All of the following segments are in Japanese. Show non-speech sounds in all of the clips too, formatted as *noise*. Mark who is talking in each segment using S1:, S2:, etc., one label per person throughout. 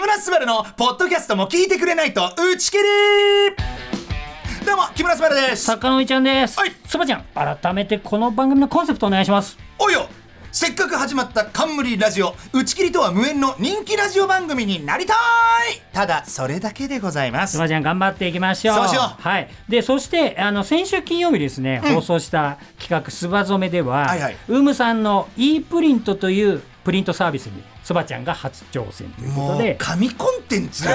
S1: 村すばるのポッドキャストも聞いてくれないと打ち切りどうも木村すばるです
S2: 坂上ちゃんです。
S1: はい
S2: そばちゃん、改めてこの番組のコンセプトお願いします。
S1: およせっかく始まった冠ラジオ打ち切りとは無縁の人気ラジオ番組になりたいただそれだけでございます
S2: すばちゃん頑張っていきましょう。
S1: そうしよう
S2: はい。で、そして、あの、先週金曜日ですね、放送した企画、すば染めでは、
S1: はいはい
S2: ウームさんの e プリントというプリントサービスに、すばちゃんが初挑戦というこ
S1: も
S2: と
S1: う
S2: で、
S1: 神コンテン
S2: *laughs*
S1: ツよ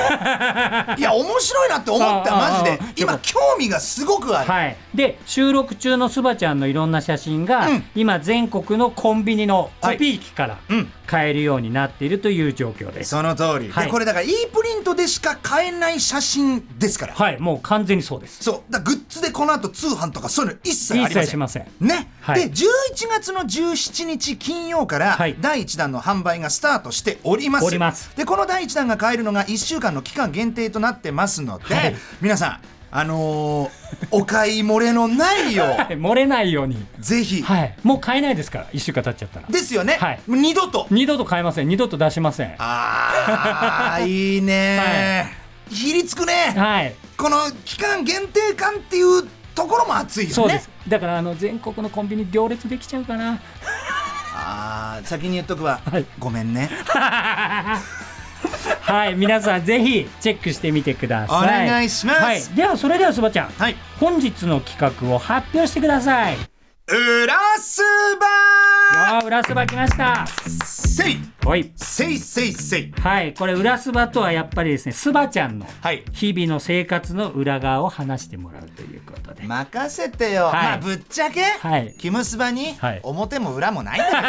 S1: いや面白いなって思った
S2: ああ
S1: マジで
S2: ああ
S1: 今興味がすごくある、
S2: はい。で、収録中のすばちゃんのいろんな写真が、今、全国のコンビニのコピー機から
S1: うん
S2: 買えるようになっているという状況です。
S1: その通り、
S2: はい
S1: でこれだから e プリントでしか買えない写真ですから、
S2: はい、もう完全にそうです。
S1: そうだからグッズでこの後通販とかそういうの一切ありません
S2: 一切しません
S1: ね、
S2: は
S1: で
S2: い
S1: 11月の17日金曜から
S2: はい
S1: 第1弾の販売がスタートしております
S2: おります
S1: でこの第1弾が買えるのが1週間の期間限定となってますので、
S2: はい
S1: 皆さんあのーお買い漏れのないよ
S2: はい、漏れないように。
S1: うぜひ、
S2: はい、もう買えないですから、1週間経っちゃったら。
S1: ですよね、
S2: はい
S1: もう二度と
S2: 二度と買えません、二度と出しません。
S1: あーいいねー、ひりつくね
S2: はい、
S1: この期間限定感っていうところも熱いよね
S2: そうです。だから、あの全国のコンビニ行列できちゃうかな。
S1: あー先に言っとくわ、
S2: はい
S1: ごめんね
S2: はい、皆さん、ぜひチェックしてみてくださ
S1: お
S2: い。
S1: 願いします
S2: はい、では、それでは、すばちゃん、
S1: はい
S2: 本日の企画を発表してください。
S1: 裏すば
S2: ああ、裏すば来ました。
S1: せい
S2: はい。
S1: せいせいせい
S2: はい、これ裏すばとはやっぱりですね、すばちゃんの
S1: はい
S2: 日々の生活の裏側を話してもらうということで。
S1: 任せてよ、
S2: はい
S1: まあぶっちゃけ、
S2: はい
S1: キムスバに
S2: はい
S1: 表も裏もないんだけどね、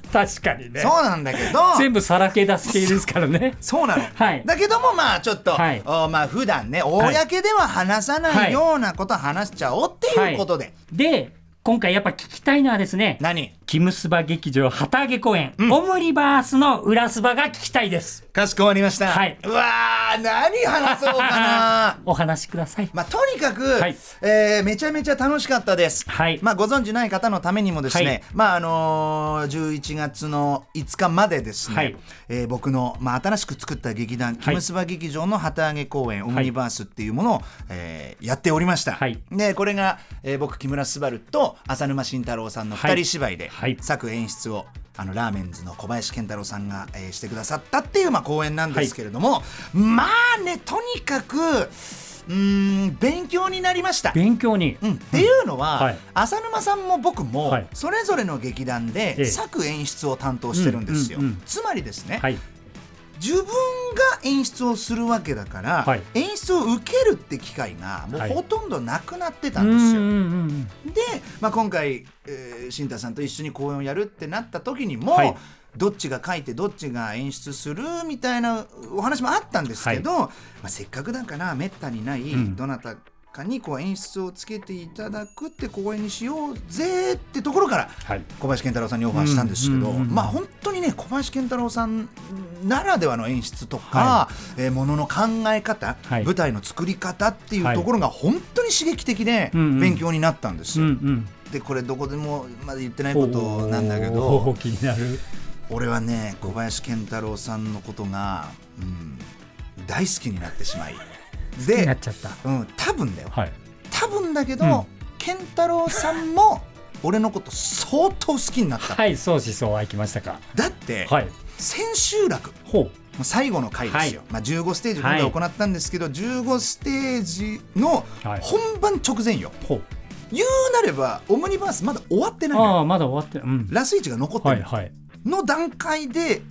S2: *laughs* 確かにね。
S1: そうなんだけど
S2: *laughs* 全部さらけ出す系ですからね。
S1: そうなの、
S2: はい
S1: だけどもまあちょっと、
S2: はい
S1: おまあ普段ね公では話さな
S2: はいい
S1: ようなこと話しちゃおうっていうことで、
S2: で、今回やっぱ聞きたいのはですね、
S1: 何
S2: キムスバ劇場旗揚げ公演、オムリバースの裏スバが聞きたいです。
S1: かしこまりました、
S2: はいう
S1: わー何話そうか
S2: *laughs*
S1: な
S2: お話しください。
S1: まあ、とにかく、
S2: はい
S1: えーめちゃめちゃ楽しかったです、
S2: はい
S1: まあ、ご存知ない方のためにもですね、
S2: はい
S1: まああのー11月の5日までですね、
S2: はい
S1: えー僕の、まあ、新しく作った劇団「キムスバ劇場」の旗揚げ公演「オムニバース」っていうものを、えーやっておりました、
S2: はい
S1: でこれが、えー僕木村昴と浅沼慎太郎さんの2
S2: は
S1: 人
S2: い
S1: 芝居で、
S2: はい
S1: 作演出をあのラーメンズの小林健太郎さんが、えーしてくださったっていう、まあ、公演なんですけれども、まあねとにかくうーん勉強になりました。
S2: 勉強に。
S1: うん、っていうのは、
S2: はい
S1: 浅沼さんも僕も、
S2: はい
S1: それぞれの劇団で、
S2: ええ
S1: 作演出を担当してるんですよ。
S2: うんうんうん
S1: つまりですね、
S2: はい。
S1: 自分が演出をするわけだから、
S2: はい
S1: 演出を受けるって機会がもう
S2: はい
S1: ほとんどなくなってた
S2: うんん
S1: で
S2: う
S1: すよ。
S2: んうん。
S1: で、まあ、今回、えー、新太さんと一緒に公演をやるってなった時にも、
S2: はい
S1: どっちが書いてどっちが演出するみたいなお話もあったんですけど、まあ、せっかくだからめったにない、
S2: ん
S1: どなたかにこう演出をつけていただくって公演にしようぜってところから
S2: はい。
S1: 小林健太郎さんにオファーしたんですけど、
S2: うんうんうん
S1: まあ本当にね小林健太郎さんならではの演出とか、
S2: は
S1: えーものの考え方、
S2: はい
S1: 舞台の作り方っていう
S2: はい
S1: ところが本当に刺激的で
S2: うんうん
S1: 勉強になったんです
S2: うん
S1: よ。
S2: うん。
S1: でこれどこでもまだ言ってないことなんだけど
S2: おー気になる。
S1: 俺はね小林健太郎さんのことが、うん、大好きになってしまい
S2: 気にな
S1: で、
S2: っちゃった。
S1: うん、多分だよ
S2: はい。
S1: 多分だけど、
S2: うん
S1: 健太郎さんも俺のこと相当好きになった、
S2: はい、相思相愛きましたか。
S1: だって、
S2: はい。
S1: 千秋楽も
S2: ほう。
S1: う最後の回ですよ、まあ、15ステージ今回行ったんですけど、15ステージの
S2: はい
S1: 本番直前よ、
S2: ほう。
S1: 言うなればオムニバースまだ終わってないのよ
S2: ああ、まだ終わって。うん。
S1: ラスイチが残ってる
S2: は
S1: の
S2: いはい。
S1: の段階で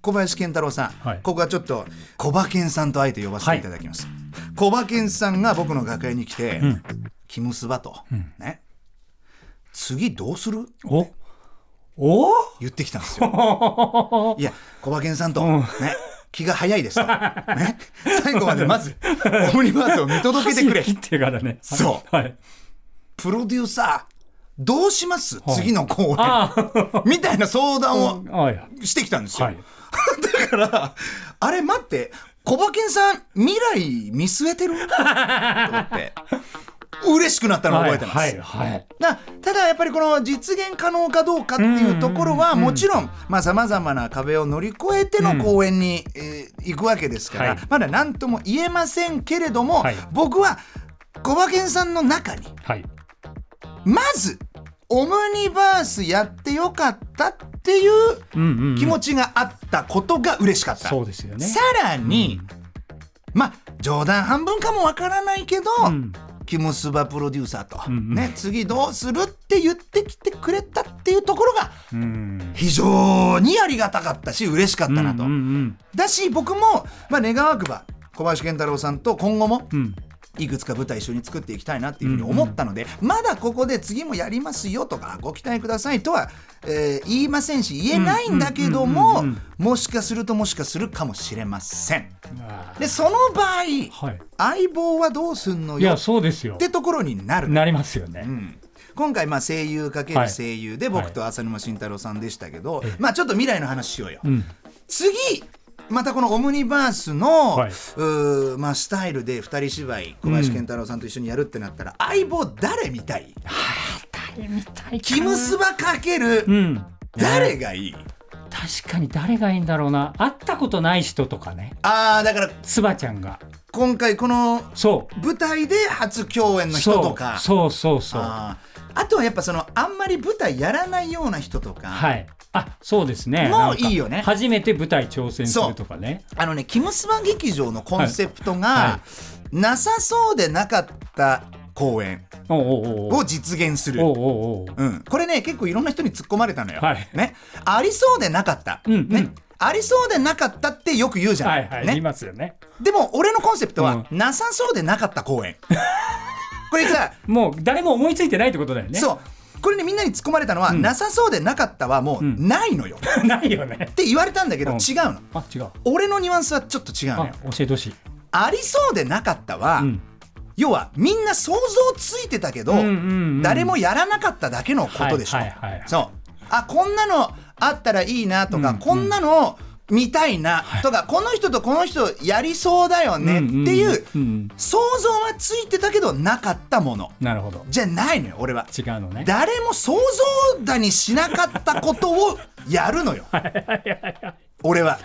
S1: 小林健太郎さん、
S2: はい
S1: ここはちょっと小馬健さんとあえて呼ばせていただきます、小馬健さんが僕の楽屋に来て
S2: うん
S1: 「キムスバ」と、
S2: ん
S1: ね次どうする
S2: おお
S1: 言ってきたんですよ
S2: お *laughs*
S1: いや小馬健さんと、
S2: うん
S1: ね気が早いですと、ね、最後までまず
S2: *laughs*
S1: オムニバースを見届けてくれ
S2: 切ってからね。
S1: そう
S2: はい。はい
S1: プロデューサーどうします
S2: い
S1: 次の公演
S2: ああ。
S1: *laughs* みたいな相談を
S2: はいはい。
S1: してきたんですよ、
S2: はい。
S1: だから、あれ待って、小馬健さん、未来見据えてると思って。嬉しくなったのを覚えてます。
S2: はいはいはい
S1: なただやっぱりこの実現可能かどうかっていうところは
S2: うんうんうん
S1: もちろんさまざ、まな壁を乗り越えての公演に、えー行くわけですから、
S2: はい
S1: まだ何とも言えませんけれども、
S2: はい
S1: 僕は小馬健さんの中に
S2: はい
S1: まずオムニバースやってよかったっていう
S2: うんうんうん
S1: 気持ちがあったことが嬉しかった。
S2: そうですよね
S1: さらに、まあ冗談半分かもわからないけど、
S2: うん
S1: キムスバプロデューサーと、
S2: うんうん
S1: ね、次どうするって言ってきてくれたっていうところが
S2: うん
S1: 非常にありがたかったし嬉しかったなと、
S2: うんうん
S1: だし僕も、まあ、願わくば小林健太郎さんと今後も
S2: うんうん
S1: いくつか舞台一緒に作っていきたいなっていうふうに思ったので、まだここで次もやりますよとかご期待くださいとは、えー言いませんし言えないんだけども、
S2: うんうんうんうん
S1: もしかするともしかするかもしれません
S2: あー
S1: でその場合
S2: はい
S1: 相棒はどうすんの
S2: いや
S1: よ
S2: そうです
S1: っ
S2: よ
S1: てところになる
S2: なりますよね
S1: うん今回まあ声優かけ
S2: は
S1: る
S2: い
S1: 声優で僕と浅沼慎太郎さんでしたけど、
S2: ええ
S1: まあちょっと未来の話しようよ。
S2: うん
S1: 次またこのオムニバースの、
S2: はいう
S1: ーまあ、スタイルで二人芝居小林健太郎さんと一緒にやるってなったら、相棒誰みたいキムスバかける
S2: うん
S1: 誰がいい、
S2: 確かに誰がいいんだろうな会ったことない人とかね
S1: ああだから
S2: スバちゃんが
S1: 今回この
S2: そ
S1: 舞台で初共演
S2: う
S1: の人と
S2: そう
S1: か
S2: そうそうそう
S1: あーあとはやっぱそのあんまり舞台やらないような人とか、
S2: はいあそうですね
S1: もう
S2: なんか
S1: いいよね
S2: 初めて舞台挑戦するとかね
S1: あのね、キムスバ劇場のコンセプトが、
S2: は
S1: なさそうでなかった公演
S2: おうおうおうおう
S1: を実現する。
S2: おうおうおう
S1: うん、これね結構いろんな人に突っ込まれたのよ。
S2: はい
S1: ね、ありそうでなかった、
S2: うんうん
S1: ね、ありそうでなかったってよく言うじゃん、
S2: はいはい、言い
S1: ね、
S2: ますよね
S1: でも俺のコンセプトは、
S2: う
S1: なさそうでなかった公
S2: *laughs*
S1: 演これさ、
S2: もう誰も思いついてないってことだよね
S1: そうこれねみんなに突っ込まれたのは、なさそうでなかったはもう
S2: うん
S1: ないのよ、っ
S2: うないよね
S1: て言われたんだけど、
S2: うん
S1: 違うの
S2: あ違う
S1: 俺のニュアンスはちょっと違うの
S2: あ
S1: よ
S2: 教えてほしい
S1: ありそうでなかったは、
S2: うん
S1: 要はみんな想像ついてたけど、
S2: うんうんうん
S1: 誰もやらなかっただけのことでしょ、
S2: はいはいはいはい
S1: そうあこんなのあったらいいなとか、
S2: うんうん
S1: こんなの見たいなとか、この人とこの人やりそうだよねっていう,、
S2: うんうんうん
S1: 想像はついてたけどなかったもの
S2: なるほど
S1: じゃないのよ俺は
S2: 違うのね
S1: 誰も想像だにしなかったことをやるの
S2: *laughs*
S1: よ俺は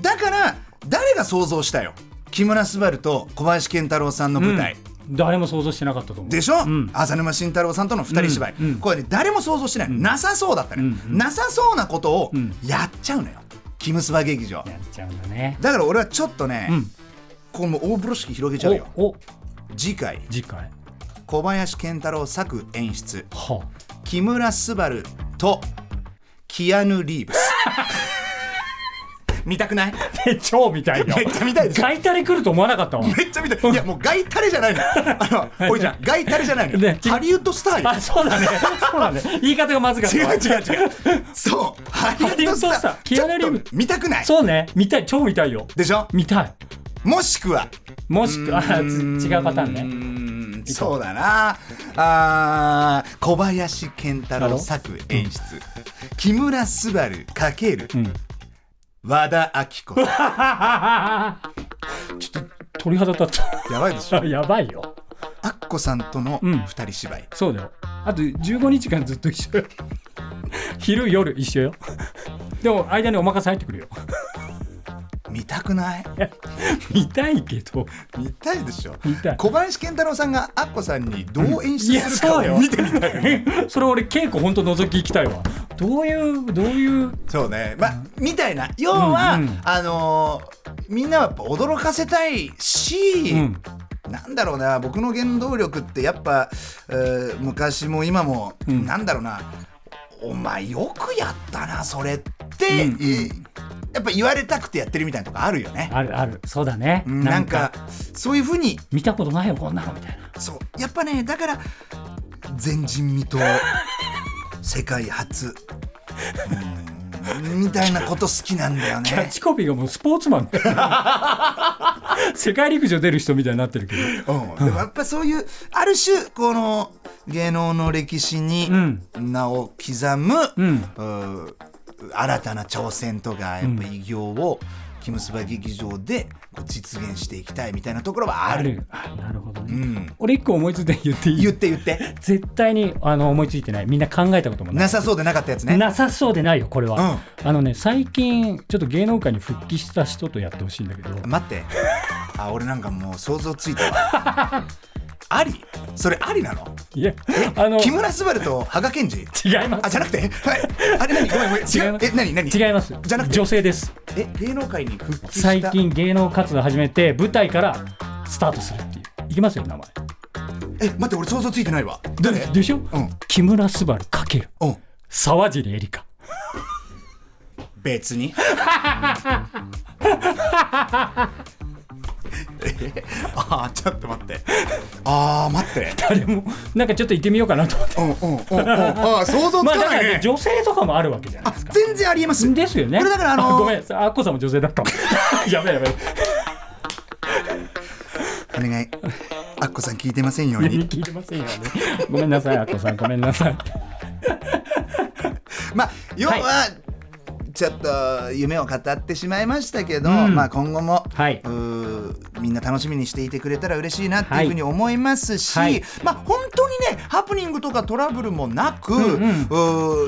S1: だから誰が想像したよ木村昴と小林健太郎さんの舞台、
S2: 誰も想像してなかったと思う
S1: でしょ、
S2: うん
S1: 浅沼慎太郎さんとの二人芝居、
S2: うんうん
S1: これね誰も想像してない、なさそうだったのよ、
S2: うんうん
S1: なさそうなことを
S2: うん
S1: やっちゃうのよキムスバ劇場
S2: やっちゃうんだね
S1: だから俺はちょっとね、
S2: うん
S1: これもう大風呂敷広げちゃうよ
S2: おお
S1: 次回
S2: 次回
S1: 小林健太郎作演出
S2: は
S1: 木村昴とキアヌ・リーブ
S2: *laughs*
S1: ス見たくない
S2: あ、手帳みたいよ
S1: めっちゃ見たいでしょ
S2: 外たり来ると思わなかったわ
S1: めっちゃ見たいいやもうガイタレじゃないのあのおいちゃんガイタレじゃないの、
S2: ね
S1: ハリウッドスターよ
S2: *laughs* あそ
S1: *laughs*
S2: うだねそうだね言い方がまずかった
S1: 違う
S2: わ
S1: 違う違うそうハリウッドスター
S2: ハリウッドスターキアヌリーブ
S1: ちょっ
S2: ス
S1: と見たくない
S2: そうね見たい超見たいよ
S1: でしょ
S2: 見たい
S1: もしくは
S2: もしくはあつ違うパターン
S1: う
S2: ね
S1: ーんそうだなあー小林健太郎作演出木村昴×、
S2: ん
S1: 和田アキ子や
S2: ちょっと鳥肌立っ
S1: ばいでしょ
S2: た *laughs* やばいよ
S1: アッコさんとの
S2: うん
S1: 二人芝居、
S2: そうだよあと15日間ずっと一緒よ *laughs* 昼夜一緒よでも間にお任せ入ってくるよ *laughs*
S1: 見たくない
S2: 見たいけど *laughs*
S1: 見たいでしょ
S2: 見たい
S1: 小林健太郎さんがアッコさんにどう演
S2: い
S1: 出
S2: や
S1: するか
S2: そうよ
S1: を見てみたいよね
S2: それ俺稽古ほんと覗き行きたいわどういうどういう
S1: そうねまあみたいな要は、
S2: うんうん
S1: あのーみんなはやっぱ驚かせたいし、
S2: うん
S1: なんだろうな僕の原動力ってやっぱ、えー昔も今も、
S2: ん
S1: なんだろうなお前よくやったなそれって、
S2: うん
S1: えーやっぱ言われたくてやってるみたいなとこあるよね。
S2: あるあるそうだね
S1: うんなんかそういうふうに
S2: 見たことないよこんなのみたいな
S1: そうやっぱねだから前人未到世界初うんみたいなこと好きなんだよ
S2: キャ
S1: ね
S2: ッ。チコピーがもうスポーツマ
S1: *laughs*
S2: ン世界陸上出る人みたいになってるけど
S1: うん、でもやっぱそういうある種この芸能の歴史に
S2: うん
S1: 名を刻む、
S2: うん
S1: うん新たな挑戦とかやっぱ偉業をキムスバ劇場でこう実現していきたいみたいなところはある
S2: あなるほど
S1: う
S2: ね、
S1: ん
S2: 俺一個思いついて言っていい
S1: 言って言って
S2: 絶対にあの思いついてないみんな考えたこともない
S1: なさそうでなかったやつね
S2: なさそうでないよこれは、あのね最近ちょっと芸能界に復帰した人とやってほしいんだけど
S1: 待ってあ俺なんかもう想像ついたわ *laughs* ありそれありなの
S2: いやあの
S1: 木村昴と羽賀健二
S2: 違いま
S1: あ
S2: す
S1: じゃなくてはいあれ何ごめんごめん違う
S2: 違います
S1: え何何
S2: 違います
S1: じゃなくて
S2: 女性です
S1: え芸能界に復帰した
S2: 最近芸能活動を始めて舞台からスタートするっていういきますよ名前
S1: え待って俺想像ついてないわ誰う
S2: でしょ、
S1: ん
S2: 木村昴×
S1: うん
S2: 沢尻エリカ
S1: 別
S2: *laughs*
S1: にえあーちょっと待ってあー待って
S2: 誰もなんかちょっと行ってみようかなと思っ
S1: う
S2: て
S1: んうんうんうんあー想像つ
S2: まあ
S1: か
S2: だか
S1: な
S2: ら
S1: い
S2: ね
S1: ね
S2: 女性とかもあるわけじゃないですか
S1: 全然ありえます
S2: ですよね
S1: これだからあのー
S2: あごめんあっこさんも女性だった *laughs* やべえやべえ
S1: お願いアッコさん聞いてませんよう
S2: 何
S1: に
S2: 聞いてませんよね。ごめんなさい、アッコさん、ごめんなさい。
S1: まあ要は、
S2: は
S1: ちょっと夢を語ってしまいましたけど、
S2: うん
S1: まあ今後も、
S2: はいう
S1: ーみんな楽しみにしていてくれたら嬉しいなっていうふうに
S2: は
S1: 思いますし、
S2: はい
S1: まあ本当にねハプニングとかトラブルもなく、
S2: んうん
S1: う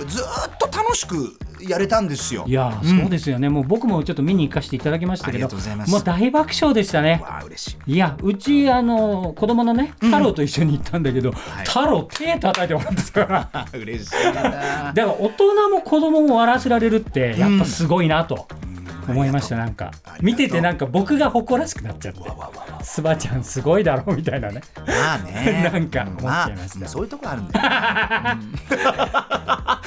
S1: ーずーっと楽しくやれたんですよ。
S2: いやー、そうですよね。もう僕もちょっと見に行かせていただきましたけど、
S1: ありがとうございます
S2: もう大爆笑でしたね。
S1: わあ嬉しい。
S2: いや、うち、あの、子供のね、太郎と一緒に行ったんだけど、
S1: い
S2: 太郎手叩いてもらってたから。だか
S1: 嬉しい *laughs* な。
S2: *laughs* ら大人も子供も笑わせられるって、やっぱすごいなと思いました、なんか
S1: ありがと。う
S2: 見ててなんか僕が誇らしくなっちゃって
S1: わ、わわわ
S2: スバちゃんすごいだろ、みたいなね。
S1: まあね
S2: *laughs* なんか思っちゃいました
S1: あそういうとこあるんだよ
S2: あ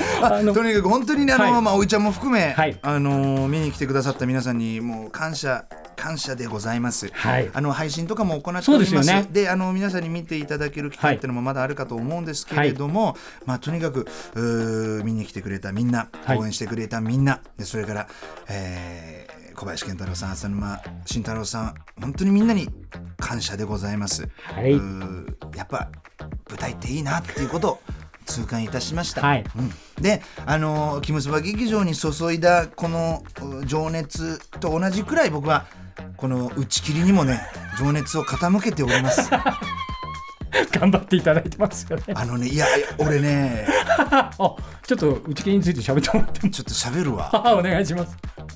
S1: *laughs*
S2: の
S1: とにかく本当にねあの、
S2: はい
S1: まあおいちゃんも含め、
S2: はい
S1: あのー見に来てくださった皆さんにもう感謝感謝でございます、
S2: はい
S1: あの配信とかも行っております
S2: そうですよね
S1: であの皆さんに見ていただける機会っていうのもまだあるかと思うんですけれども、まあとにかくうー見に来てくれたみんな
S2: はい
S1: 応援してくれたみんな、でそれから、えー小林健太郎さん浅沼慎太郎さん本当にみんなに感謝でございます、
S2: はいう
S1: ーやっぱ舞台っていいなっていうことを痛感いたしました、
S2: はい
S1: うん、であのーキムスバ劇場に注いだこのう情熱と同じくらい僕はこの打ち切りにもね情熱を傾けております
S2: *laughs*
S1: あ
S2: 頑張っていただいてますよね。
S1: のねいや俺ね
S2: あ、ちょっと打ち切りについて喋ってもらっても。
S1: ちょっと喋るわ
S2: あお願いします。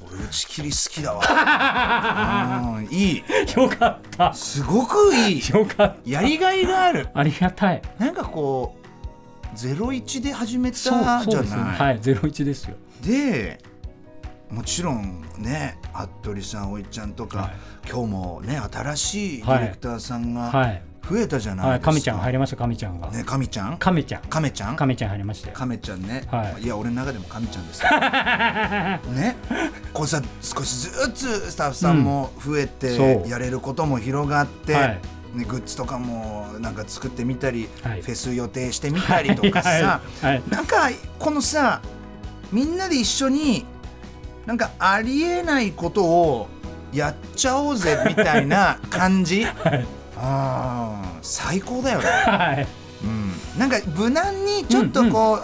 S1: 俺打ち切り好きだわうんいい
S2: よかった。
S1: すごくいい
S2: よかった。
S1: やりがいがある
S2: ありがたい。
S1: なんかこうゼロ一で始めたじ
S2: そう
S1: ゃない
S2: そうですよね。はい、ゼロ一ですよ。
S1: でもちろんね服部さんおいちゃんとか、
S2: はい
S1: 今日もね新しいデ
S2: はい
S1: ィレクターさん
S2: は
S1: が
S2: い。
S1: 増えたじゃな
S2: はいい、
S1: ですか、
S2: 亀ちゃん入りました。亀ちゃんが。
S1: ね神ちゃん
S2: 亀ちゃん。
S1: 亀ちゃん
S2: 亀ちゃん入りましたよ。
S1: 亀ちゃんね、
S2: はい
S1: い、や俺の中でも神ちゃんですよ
S2: *laughs*
S1: ねこうさ少しずつスタッフさんも増えて、
S2: そう
S1: やれることも広がって、
S2: はい
S1: ね、グッズとかもなんか作ってみたり、
S2: はい
S1: フェス予定してみたりとかさ、
S2: はいはい
S1: なんかこのさみんなで一緒になんかありえないことをやっちゃおう
S2: *laughs*
S1: ぜみたいな感じ、
S2: い
S1: あー最高だよね。
S2: はい。はい
S1: うんなんか無難にちょっとこう、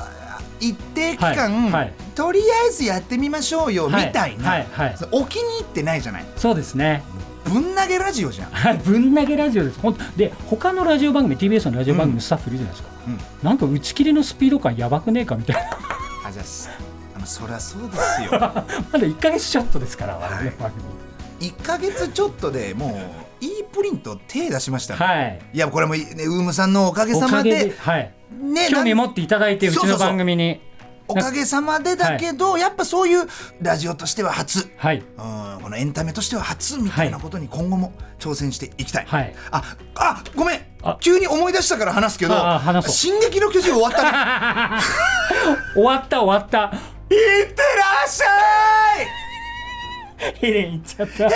S1: 一定期間、
S2: はいはい
S1: とりあえずやってみましょうよみたいな、
S2: はいはいはい
S1: そうお気に入ってないじゃない
S2: そうですね。
S1: ぶん投げラジオじゃん、
S2: はい、ぶん投げラジオです。ほんで、他のラジオ番組、TBS のラジオ番組
S1: うん
S2: のスタッフいるじゃないですか。
S1: うん、
S2: なんか打ち切りのスピード感やばくねえかみたいな。
S1: あじゃあすあのそりゃそうです
S2: *laughs*
S1: よ
S2: まだ一ヶ月ちょっとですから、我々の番組
S1: 1か月ちょっとでもういいプリント手出しましたね、
S2: はい。
S1: いやこれも、ね、ウームさんのおかげ
S2: お
S1: さま
S2: か
S1: で
S2: げで、はい。
S1: ね
S2: 興味
S1: なん
S2: 持っていただいて、うち
S1: そうそ
S2: の
S1: うそう
S2: 番組に。
S1: おかげさまでだけど、やっぱそういうラジオとしては初
S2: はい。
S1: うんこのエンタメとしては初みたいなことに今後も挑戦していきたい、
S2: はい
S1: ああごめん
S2: あ
S1: 急に思い出したから話すけど
S2: ああ話そう
S1: 進撃の巨人」終わっ
S2: *laughs*
S1: たね
S2: 終わった、終わった。 *laughs*
S1: いってらっしゃい
S2: ヘレン行っちゃった。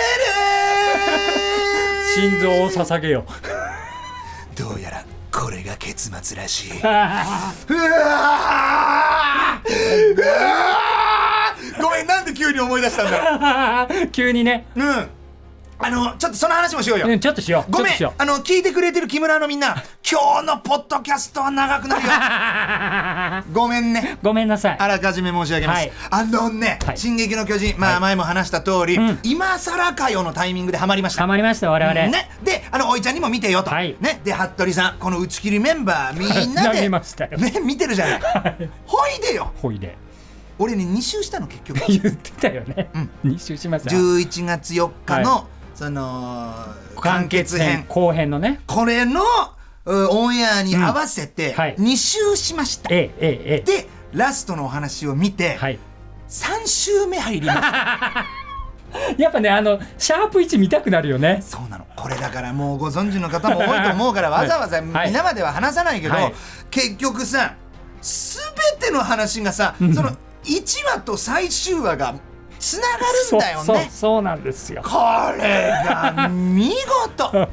S1: ヘレン
S2: 心臓を捧げよ。
S1: どうやらこれが結末らしいう
S2: *laughs* あ
S1: うわーう
S2: *laughs*
S1: わーごめんなんで急に思い出したんだろう
S2: ー急にね、
S1: うんあのちょっとその話もしようよ、
S2: うんちょっとしよう
S1: ごめん
S2: ちょっとしよ
S1: あの聞いてくれてる木村のみんな今日のポッドキャストは長くなるよごめんね
S2: う *laughs* ごめんなさい
S1: あらかじめ申し上げます、
S2: はい
S1: あのね「
S2: はい
S1: 進撃の巨人」まあ前も話した通り、
S2: うん
S1: 今更かよのタイミングでハマりました
S2: たまりました我々、
S1: ね、であのおいちゃんにも見てよと、
S2: はい
S1: ね、で服部さんこの打ち切りメンバーみん
S2: *laughs*
S1: なで
S2: 見ましたよ
S1: ね、見てる
S2: *laughs*
S1: じゃない、ほいでよ
S2: ほいで *laughs*
S1: 俺に2周したの結局
S2: 言ってたよね、二周しました
S1: 11月4日の、
S2: は
S1: その完結編
S2: 後編のね
S1: これのうオンエアに合わせて
S2: うんはい
S1: 2周しました、
S2: えええええ
S1: でラストのお話を見て、
S2: えはい
S1: 3周目入りました
S2: やっぱねあのシャープ1見たくなるよね
S1: そうなのこれだからもうご存知の方も多いと思うからわざわざ
S2: はい
S1: 皆までは話さないけど、
S2: はい
S1: 結局さ全ての話がさ、
S2: ん
S1: その1話と最終話がつながるんだよね
S2: そうそうそうなんですよ
S1: これが見事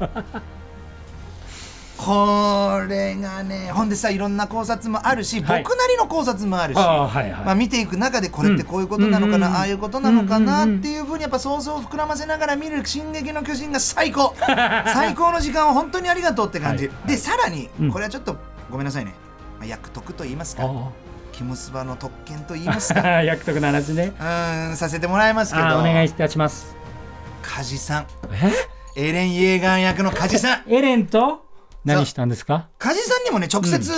S2: *laughs*
S1: これがねほんでさいろんな考察もあるし、
S2: はい
S1: 僕なりの考察もあるし
S2: ああはいはい、
S1: まあ、見ていく中でこれってこういうことなのかな、
S2: うん
S1: ああいうことなのかな、
S2: うんうんうん
S1: っていうふうにやっぱ想像を膨らませながら見る「進撃の巨人」が最
S2: *laughs*
S1: 高最高の時間を本当にありがとうって感じ、
S2: は
S1: でさらに
S2: うん
S1: これはちょっとごめんなさいね、まあ、役得と言いますか
S2: あ
S1: 肝すばの特権と言い
S2: *laughs*
S1: ますか
S2: あ役得の話ね
S1: うーんさせてもらいますけど
S2: ああお願いいたします
S1: 梶さんエレン・イェーガン役の梶さん
S2: エレンと何したんですか
S1: 梶さんにもね直接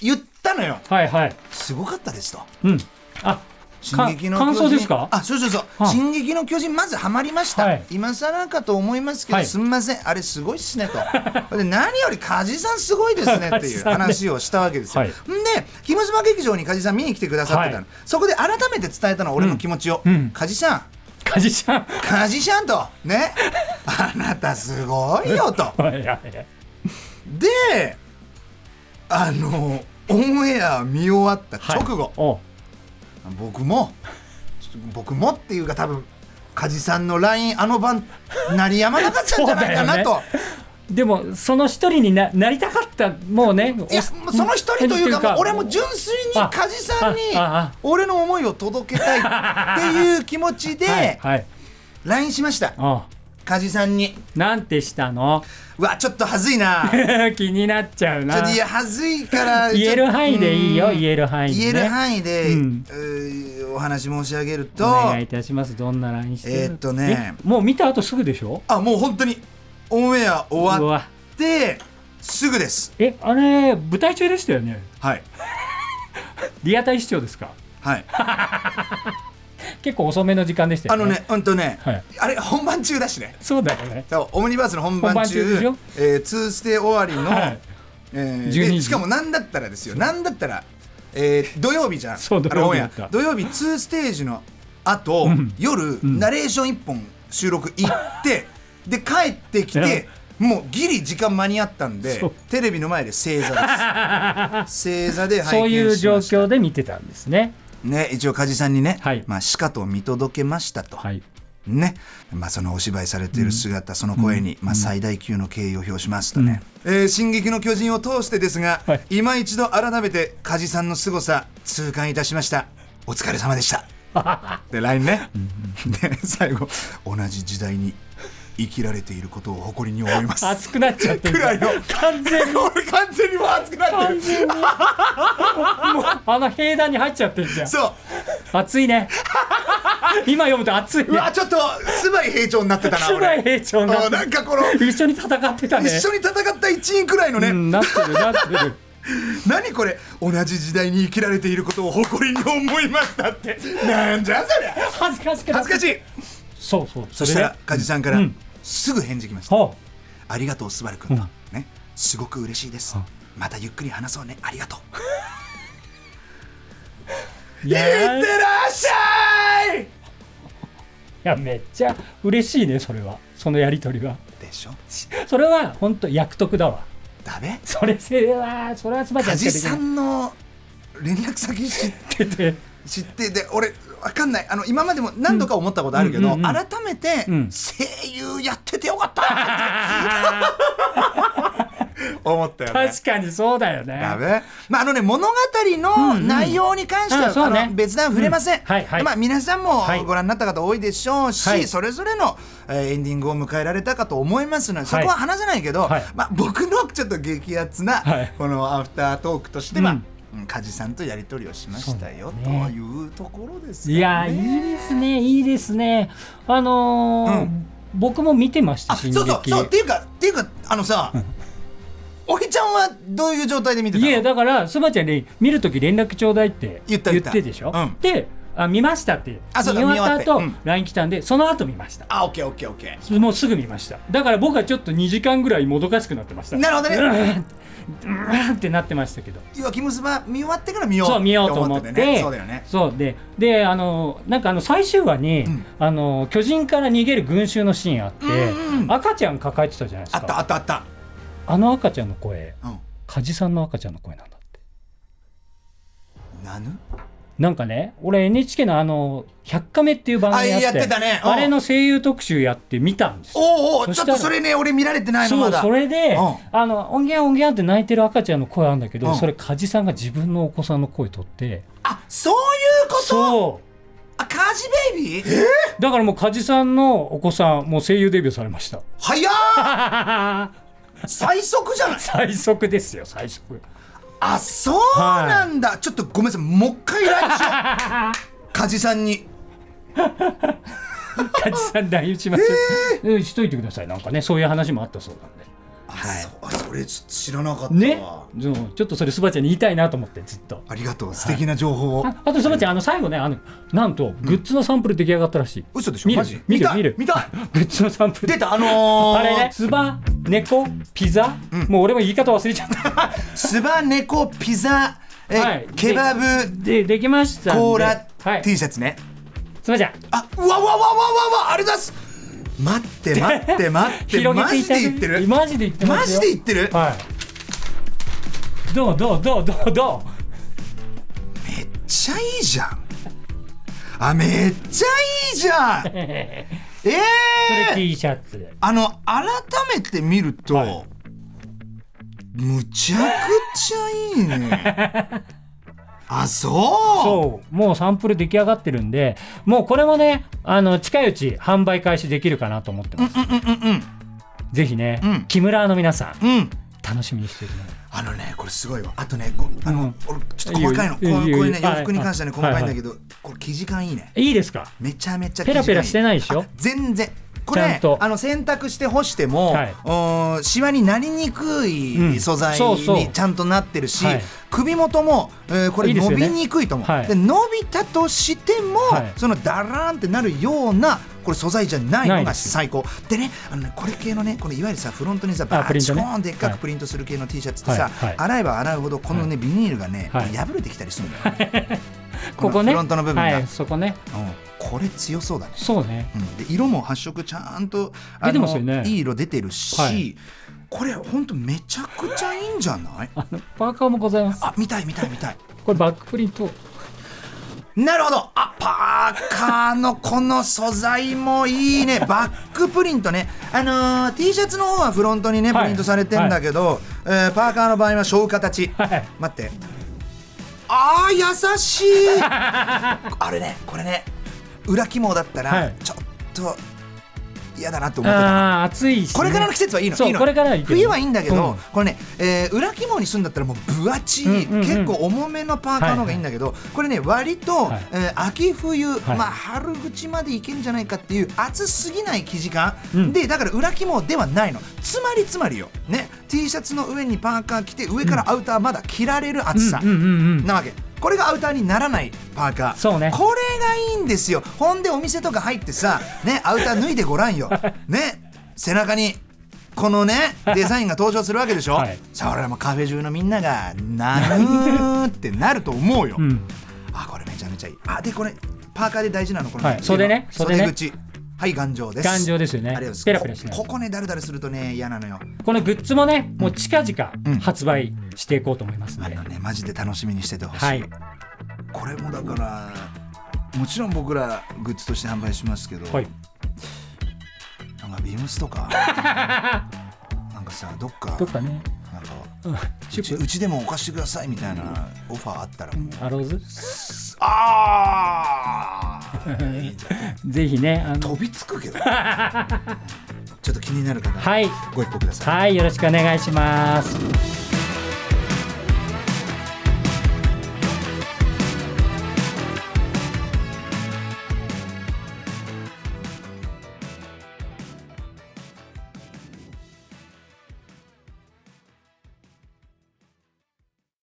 S1: 言ったのよ、
S2: はいはい
S1: すごかったですと。
S2: うんあ
S1: 進
S2: か
S1: 撃の巨人
S2: 感想ですか
S1: あそうそうそう、
S2: はあ
S1: 進撃の巨人まずハマりました、
S2: はい
S1: 今更かと思いますけど、
S2: はい
S1: すみませんあれすごいっすね
S2: *laughs*
S1: とで何より梶さんすごいですねっていう話をしたわけですよ、
S2: はい
S1: んでキムスマ劇場に梶さん見に来てくださってたの、
S2: はい
S1: そこで改めて伝えたのは俺の気持ちを、
S2: うんうん
S1: 梶さん
S2: カジちゃん *laughs*
S1: 梶さんとねあなたすごいよと
S2: はいはいはい
S1: であのオンエア見終わった直後、
S2: お
S1: 僕もちょっと僕もっていうか多分梶さんの LINE あの晩鳴りやまなかったんじゃないかな
S2: そう
S1: と
S2: だ。でもその一人にななりたかったもうね
S1: いや
S2: お
S1: もうその一人というかもう俺も純粋に
S2: あ
S1: 梶さんに
S2: あああ
S1: 俺の思いを届けたいっていう気持ち
S2: はい
S1: で
S2: はい、
S1: LINE しました
S2: あ
S1: 梶さんに
S2: なんてしたの *laughs*
S1: うわちょっとはずいなち
S2: 気になっちゃう
S1: ょっ
S2: な
S1: といやはずいから
S2: *laughs* 言える範囲でいいよ
S1: うん
S2: 言える範囲で、
S1: 言
S2: ね、
S1: える範囲で
S2: うん
S1: うーお話申し上げる
S2: お
S1: と
S2: 願いいたしますどんな LINE してる
S1: えーっとね
S2: えもう見た後すぐでしょ
S1: あもう本当にオンエア終
S2: う
S1: わっ
S2: わ
S1: てすぐです
S2: えあれ舞台中でしたよね
S1: はい
S2: リアタイ視聴ですか
S1: はい
S2: 結構遅めの時間でした
S1: あ
S2: よね
S1: のね、うんとね、
S2: はい
S1: あれ本番中だしね。
S2: そうだよね
S1: そうオムニバースの本番中、
S2: 本番中でしょ
S1: えーツーステイ終わりの、
S2: はい
S1: えー
S2: 12
S1: で
S2: 時
S1: しかもなんだったらですよ、なんだったら、えー土曜日じゃん。
S2: *laughs* そう
S1: あの
S2: 土曜日だっ
S1: オ
S2: た
S1: ンエア土曜日ツーステージの後、夜、ナレーション一本収録行って、 *laughs* で帰ってきて。もうギリ時間間に合ったんで
S2: そう
S1: テレビの前で正座です
S2: *laughs*
S1: 正座で拝
S2: そう
S1: 見し
S2: い
S1: ま
S2: う
S1: した
S2: 状況で見てたんですね
S1: ね一応梶さんにね、
S2: はい
S1: まあしかと見届けましたと、
S2: はい
S1: ね、まあ、そのお芝居されている姿、その声に、まあ、最大級の敬意を表しますとね、えー進撃の巨人」を通してですが、
S2: はい
S1: 今一度改めて梶さんの凄さ痛感いたしましたお疲れ様でした
S2: *laughs*
S1: で LINE ねで最後同じ時代に生きられていることを誇りに思います
S2: 熱くなっちゃってる
S1: くらいの
S2: 完全に
S1: 俺完全にもう熱くなって
S2: 完
S1: る
S2: 全にもうあの兵団に入っちゃってるじゃん
S1: そう
S2: 熱
S1: *laughs*
S2: いね今読むと熱いうね
S1: わちょっと須貝兵長になってたな
S2: つらい
S1: 俺
S2: 兵長にな
S1: あ
S2: っ
S1: ーなんかこの
S2: て一緒に戦ってたね
S1: 一緒に戦った一員くらいのね、
S2: うん、なってるなってる
S1: 何これ同じ時代に生きられていることを誇りに思いましたってなんじゃそりゃ
S2: 恥ずかしくな
S1: 恥ずかしい
S2: そうそう
S1: そしたら
S2: れで
S1: 梶さんから
S2: うん
S1: すぐ返事来ました
S2: は
S1: 「ありがとうすばるくんと
S2: うん」
S1: ねすごく嬉しいです
S2: は
S1: またゆっくり話そうねありがとういって
S2: あいやい
S1: らっしゃい
S2: やめっちゃ嬉しいねそれはそのやり取りは
S1: でしょ
S2: それは本当役得だわ
S1: ダメ
S2: それせはそれはつまちゃんし
S1: 梶さ
S2: かできない
S1: んの連絡先知っ *laughs*
S2: ってて
S1: 知ってで俺わかんないあの今までも何度か思ったことあるけど、
S2: うんうんうん
S1: 改めて
S2: うん
S1: 声優やっててよかったって思ったよね
S2: 確かにそうだよね
S1: だめ、まあ、あのね物語の内容に関しては、
S2: うんそうね
S1: あの別段触れません、
S2: うんはいはい
S1: まあ、皆さんも
S2: はい
S1: ご覧になった方多いでしょうし、
S2: はい
S1: それぞれの、えーエンディングを迎えられたかと思いますのでそこは話せないけど、
S2: はい
S1: まあ、僕のちょっと激アツな、
S2: はい
S1: このアフタートークとしては、
S2: う
S1: うんん梶さんとやり取りをしましたよ、
S2: そうね
S1: というところです
S2: い
S1: か
S2: やー
S1: ね。
S2: いいですねいいですねあのー
S1: うん
S2: 僕も見てました
S1: あ
S2: 進
S1: そう
S2: 撃
S1: そうそうっていうかっていうかあのさおひちゃんはどういう状態で見てた
S2: い
S1: の
S2: やだからすばちゃんに見るとき連絡ちょうだいって
S1: 言った言った
S2: でしょ、
S1: うん
S2: であ見ましたって
S1: あそうだ
S2: 見終わった後
S1: 見終わって
S2: LINE 来たんでその後見ました
S1: あオッケーオッケーオッケー
S2: もうすぐ見ましただから僕はちょっと2時間ぐらいもどかしくなってました
S1: なるほどね
S2: うわーうわーってなってましたけど
S1: 脇娘は見終わってから見よう
S2: そう見ようと思っ
S1: っててねそうだよね
S2: そうでであのなんかあの最終話に、
S1: ん
S2: あの巨人から逃げる群衆のシーンあって、
S1: うんうん
S2: 赤ちゃん抱えてたじゃないです
S1: あ
S2: か
S1: ったあったあった、
S2: あの赤ちゃんの声
S1: う
S2: 梶さんの赤ちゃんの声なんだっ
S1: ん、
S2: て
S1: なぬ
S2: なんかね俺 NHK のあの「100カメ」っていう番組
S1: あ
S2: やっ
S1: や
S2: て
S1: ってたねうん
S2: あれの声優特集やって見たんですよ
S1: おうおう
S2: そし
S1: ちょ
S2: た
S1: っ
S2: ら
S1: とそれね俺見られてないの
S2: そ
S1: ま
S2: う
S1: だ
S2: それで、
S1: う
S2: あの「おんぎゃんおんぎゃん」って泣いてる赤ちゃんの声あるんだけど、
S1: うん
S2: それ梶さんが自分のお子さんの声取って
S1: あそういうこと
S2: そう
S1: あカジベイビー
S2: だからもう梶さんのお子さんもう声優デビューされ
S1: *laughs*
S2: ました
S1: 早っ最速じゃない
S2: 最速ですよ最速
S1: あそうなんだ、ちょっとごめんなさいもう一回来週
S2: *laughs*
S1: カジさんに
S2: 梶さん LINE しましょう、うんしといてくださいなんかねそういう話もあったそうなんで
S1: あ、
S2: はい
S1: そうあそれちょっと知らなかったわ、
S2: ねでもちょっとそれすばちゃんに言いたいなと思ってずっと
S1: ありがとう素敵な情報を、
S2: ああとそばちゃん、あの最後ね、あのなんとグッズのサンプル出来上がったらしい。
S1: 嘘でしょ
S2: 見る
S1: マジ
S2: 見る
S1: た
S2: 見る
S1: 見た
S2: グッズのサンプル
S1: 出。たあのー、
S2: *laughs* あれね、つば、猫、ピザ、もう俺も言い方忘れちゃった。
S1: *laughs* スバ猫ピザ、え
S2: はい
S1: ケバブ
S2: で、できましたんで。
S1: コーラ、
S2: はい。
S1: T シャツね
S2: つばちゃん、
S1: あうわうわうわうわうわわありがとうございます待って待って待って
S2: *laughs* 広げ
S1: マ
S2: てい
S1: ジ
S2: た
S1: で
S2: だ
S1: 言ってる
S2: マジで言ってま
S1: マ
S2: す
S1: ジ
S2: よ。
S1: で言ってる
S2: はい。どうどうどうどうど
S1: めっちゃいいじゃんあめっちゃいいじゃん
S2: *laughs* う。そ
S1: え
S2: れ
S1: え
S2: T シャツ。
S1: あの改めて見ると、
S2: はい
S1: むちゃくちゃいいね
S2: *laughs*
S1: あそう
S2: そうもうサンプル出来上がってるんでもうこれもねあの近いうち販売開始できるかなと思ってます、ぜひね、
S1: ん
S2: 木村の皆さん
S1: うん
S2: 楽しみにしてるね
S1: あのねこれすごいわあとねごあの、
S2: うん
S1: 俺ちょっと細かいの
S2: いいよ
S1: こう
S2: いいよ
S1: こういうね
S2: いいよ
S1: 洋服に関してはね
S2: はい
S1: 細かいんだけど、これ生地感いいね
S2: いいですか
S1: めちゃめちゃ生地
S2: ペ
S1: 感
S2: ラペラしてないでしょ
S1: あ全然これ
S2: ちゃんと
S1: あの洗濯して干しても、
S2: はいう
S1: ーんシワになりにく
S2: うん
S1: い素材
S2: そうそう
S1: にちゃんとなってるし、
S2: はい
S1: 首元も、えーこ
S2: い
S1: れ
S2: いですよ
S1: 伸
S2: ね
S1: びにくいと思う
S2: はい
S1: で伸びたとしても、
S2: はい
S1: そのダラーンってなるようなこれ素材じゃない
S2: な
S1: の
S2: いで
S1: が
S2: す
S1: 最高でねあのねこれ系のねこのいわゆるさフロントにさバ
S2: プリン
S1: ー
S2: ト
S1: チ
S2: ね
S1: コーンでっか
S2: は
S1: く
S2: い
S1: プリントする系の T シャツってさ、
S2: はいはい
S1: 洗えば洗うほどこのね、ビニールがね、
S2: はい
S1: 破れてきたりするんだよ、ね
S2: ここね
S1: フロントの部分が、
S2: は
S1: う
S2: い
S1: ん
S2: そこね
S1: これ強そうだね
S2: そうね
S1: うんで色も発色ちゃんと
S2: 出てますよね
S1: あのいい色出てるし、
S2: はい
S1: これほんとめちゃくちゃいいんじゃない
S2: あのパーカーもございます
S1: あ見たい見たい見たい
S2: これバックプリント
S1: なるほどあパーカーのこの素材もい
S2: *laughs*
S1: いねバックプリントねあのー T シャツの方はフロントにね
S2: は
S1: プ
S2: い
S1: リントされてんだけど、えーパーカーの場合は小形
S2: はい
S1: 待ってあー優
S2: *laughs*
S1: しいあれねこれね裏起毛だったら、
S2: はい
S1: ちょっと嫌だなと思ってたの
S2: ああー暑いしね、
S1: これからの季節はいいの
S2: そう
S1: いいの
S2: これからはいいけど
S1: 冬はいいんだけど、
S2: うん
S1: これね、えー裏肝にするんだったらもう分厚い、
S2: うんうんうん
S1: 結構重めのパーカーの方がいいんだけど、これね割と、
S2: はい
S1: えー秋冬、
S2: い
S1: まあ春口までいけんじゃないかっていう暑すぎない生地感、
S2: うん
S1: でだから裏肝ではないのつまりつまりよ、ね、T シャツの上にパーカー着て上からアウターまだ着られる
S2: う
S1: 暑さ、
S2: んうんうんうん
S1: なわけこれがアウターにならないパーカー
S2: そうね
S1: これがいいんですよほんでお店とか入ってさねアウター脱いでごらん
S2: *laughs*
S1: よね背中にこのねデザインが登場するわけでしょ、
S2: はい
S1: それはもうカフェ中のみんながなーってなると思うよ、
S2: うん
S1: あこれめちゃめちゃいいあでこれパーカーで大事なのこの、
S2: はい袖ね袖
S1: 袖
S2: ね
S1: 口はい頑丈です
S2: 頑丈ですよね
S1: ありがとうございます
S2: ペラペラしない
S1: こここねだるだるするとね嫌なのよ
S2: このグッズもねもう近
S1: う
S2: 々
S1: ん
S2: 発売していこうと思いますの
S1: あ
S2: で、
S1: のねマジで楽しみにしててほし
S2: はい
S1: これもだからもちろん僕らグッズとして販売しますけど、
S2: はい *laughs*
S1: なんかビームスとかなんかさどっか
S2: どっかね
S1: なんうちうちでも置かしてくださいみたいなオファーあったらもう
S2: アローズ
S1: あ
S2: *laughs*
S1: あいいじゃん
S2: ぜひねあの
S1: 飛びつくけ
S2: *laughs*
S1: どちょっと気になる方
S2: はい
S1: ご一報ください
S2: はいよろしくお願いします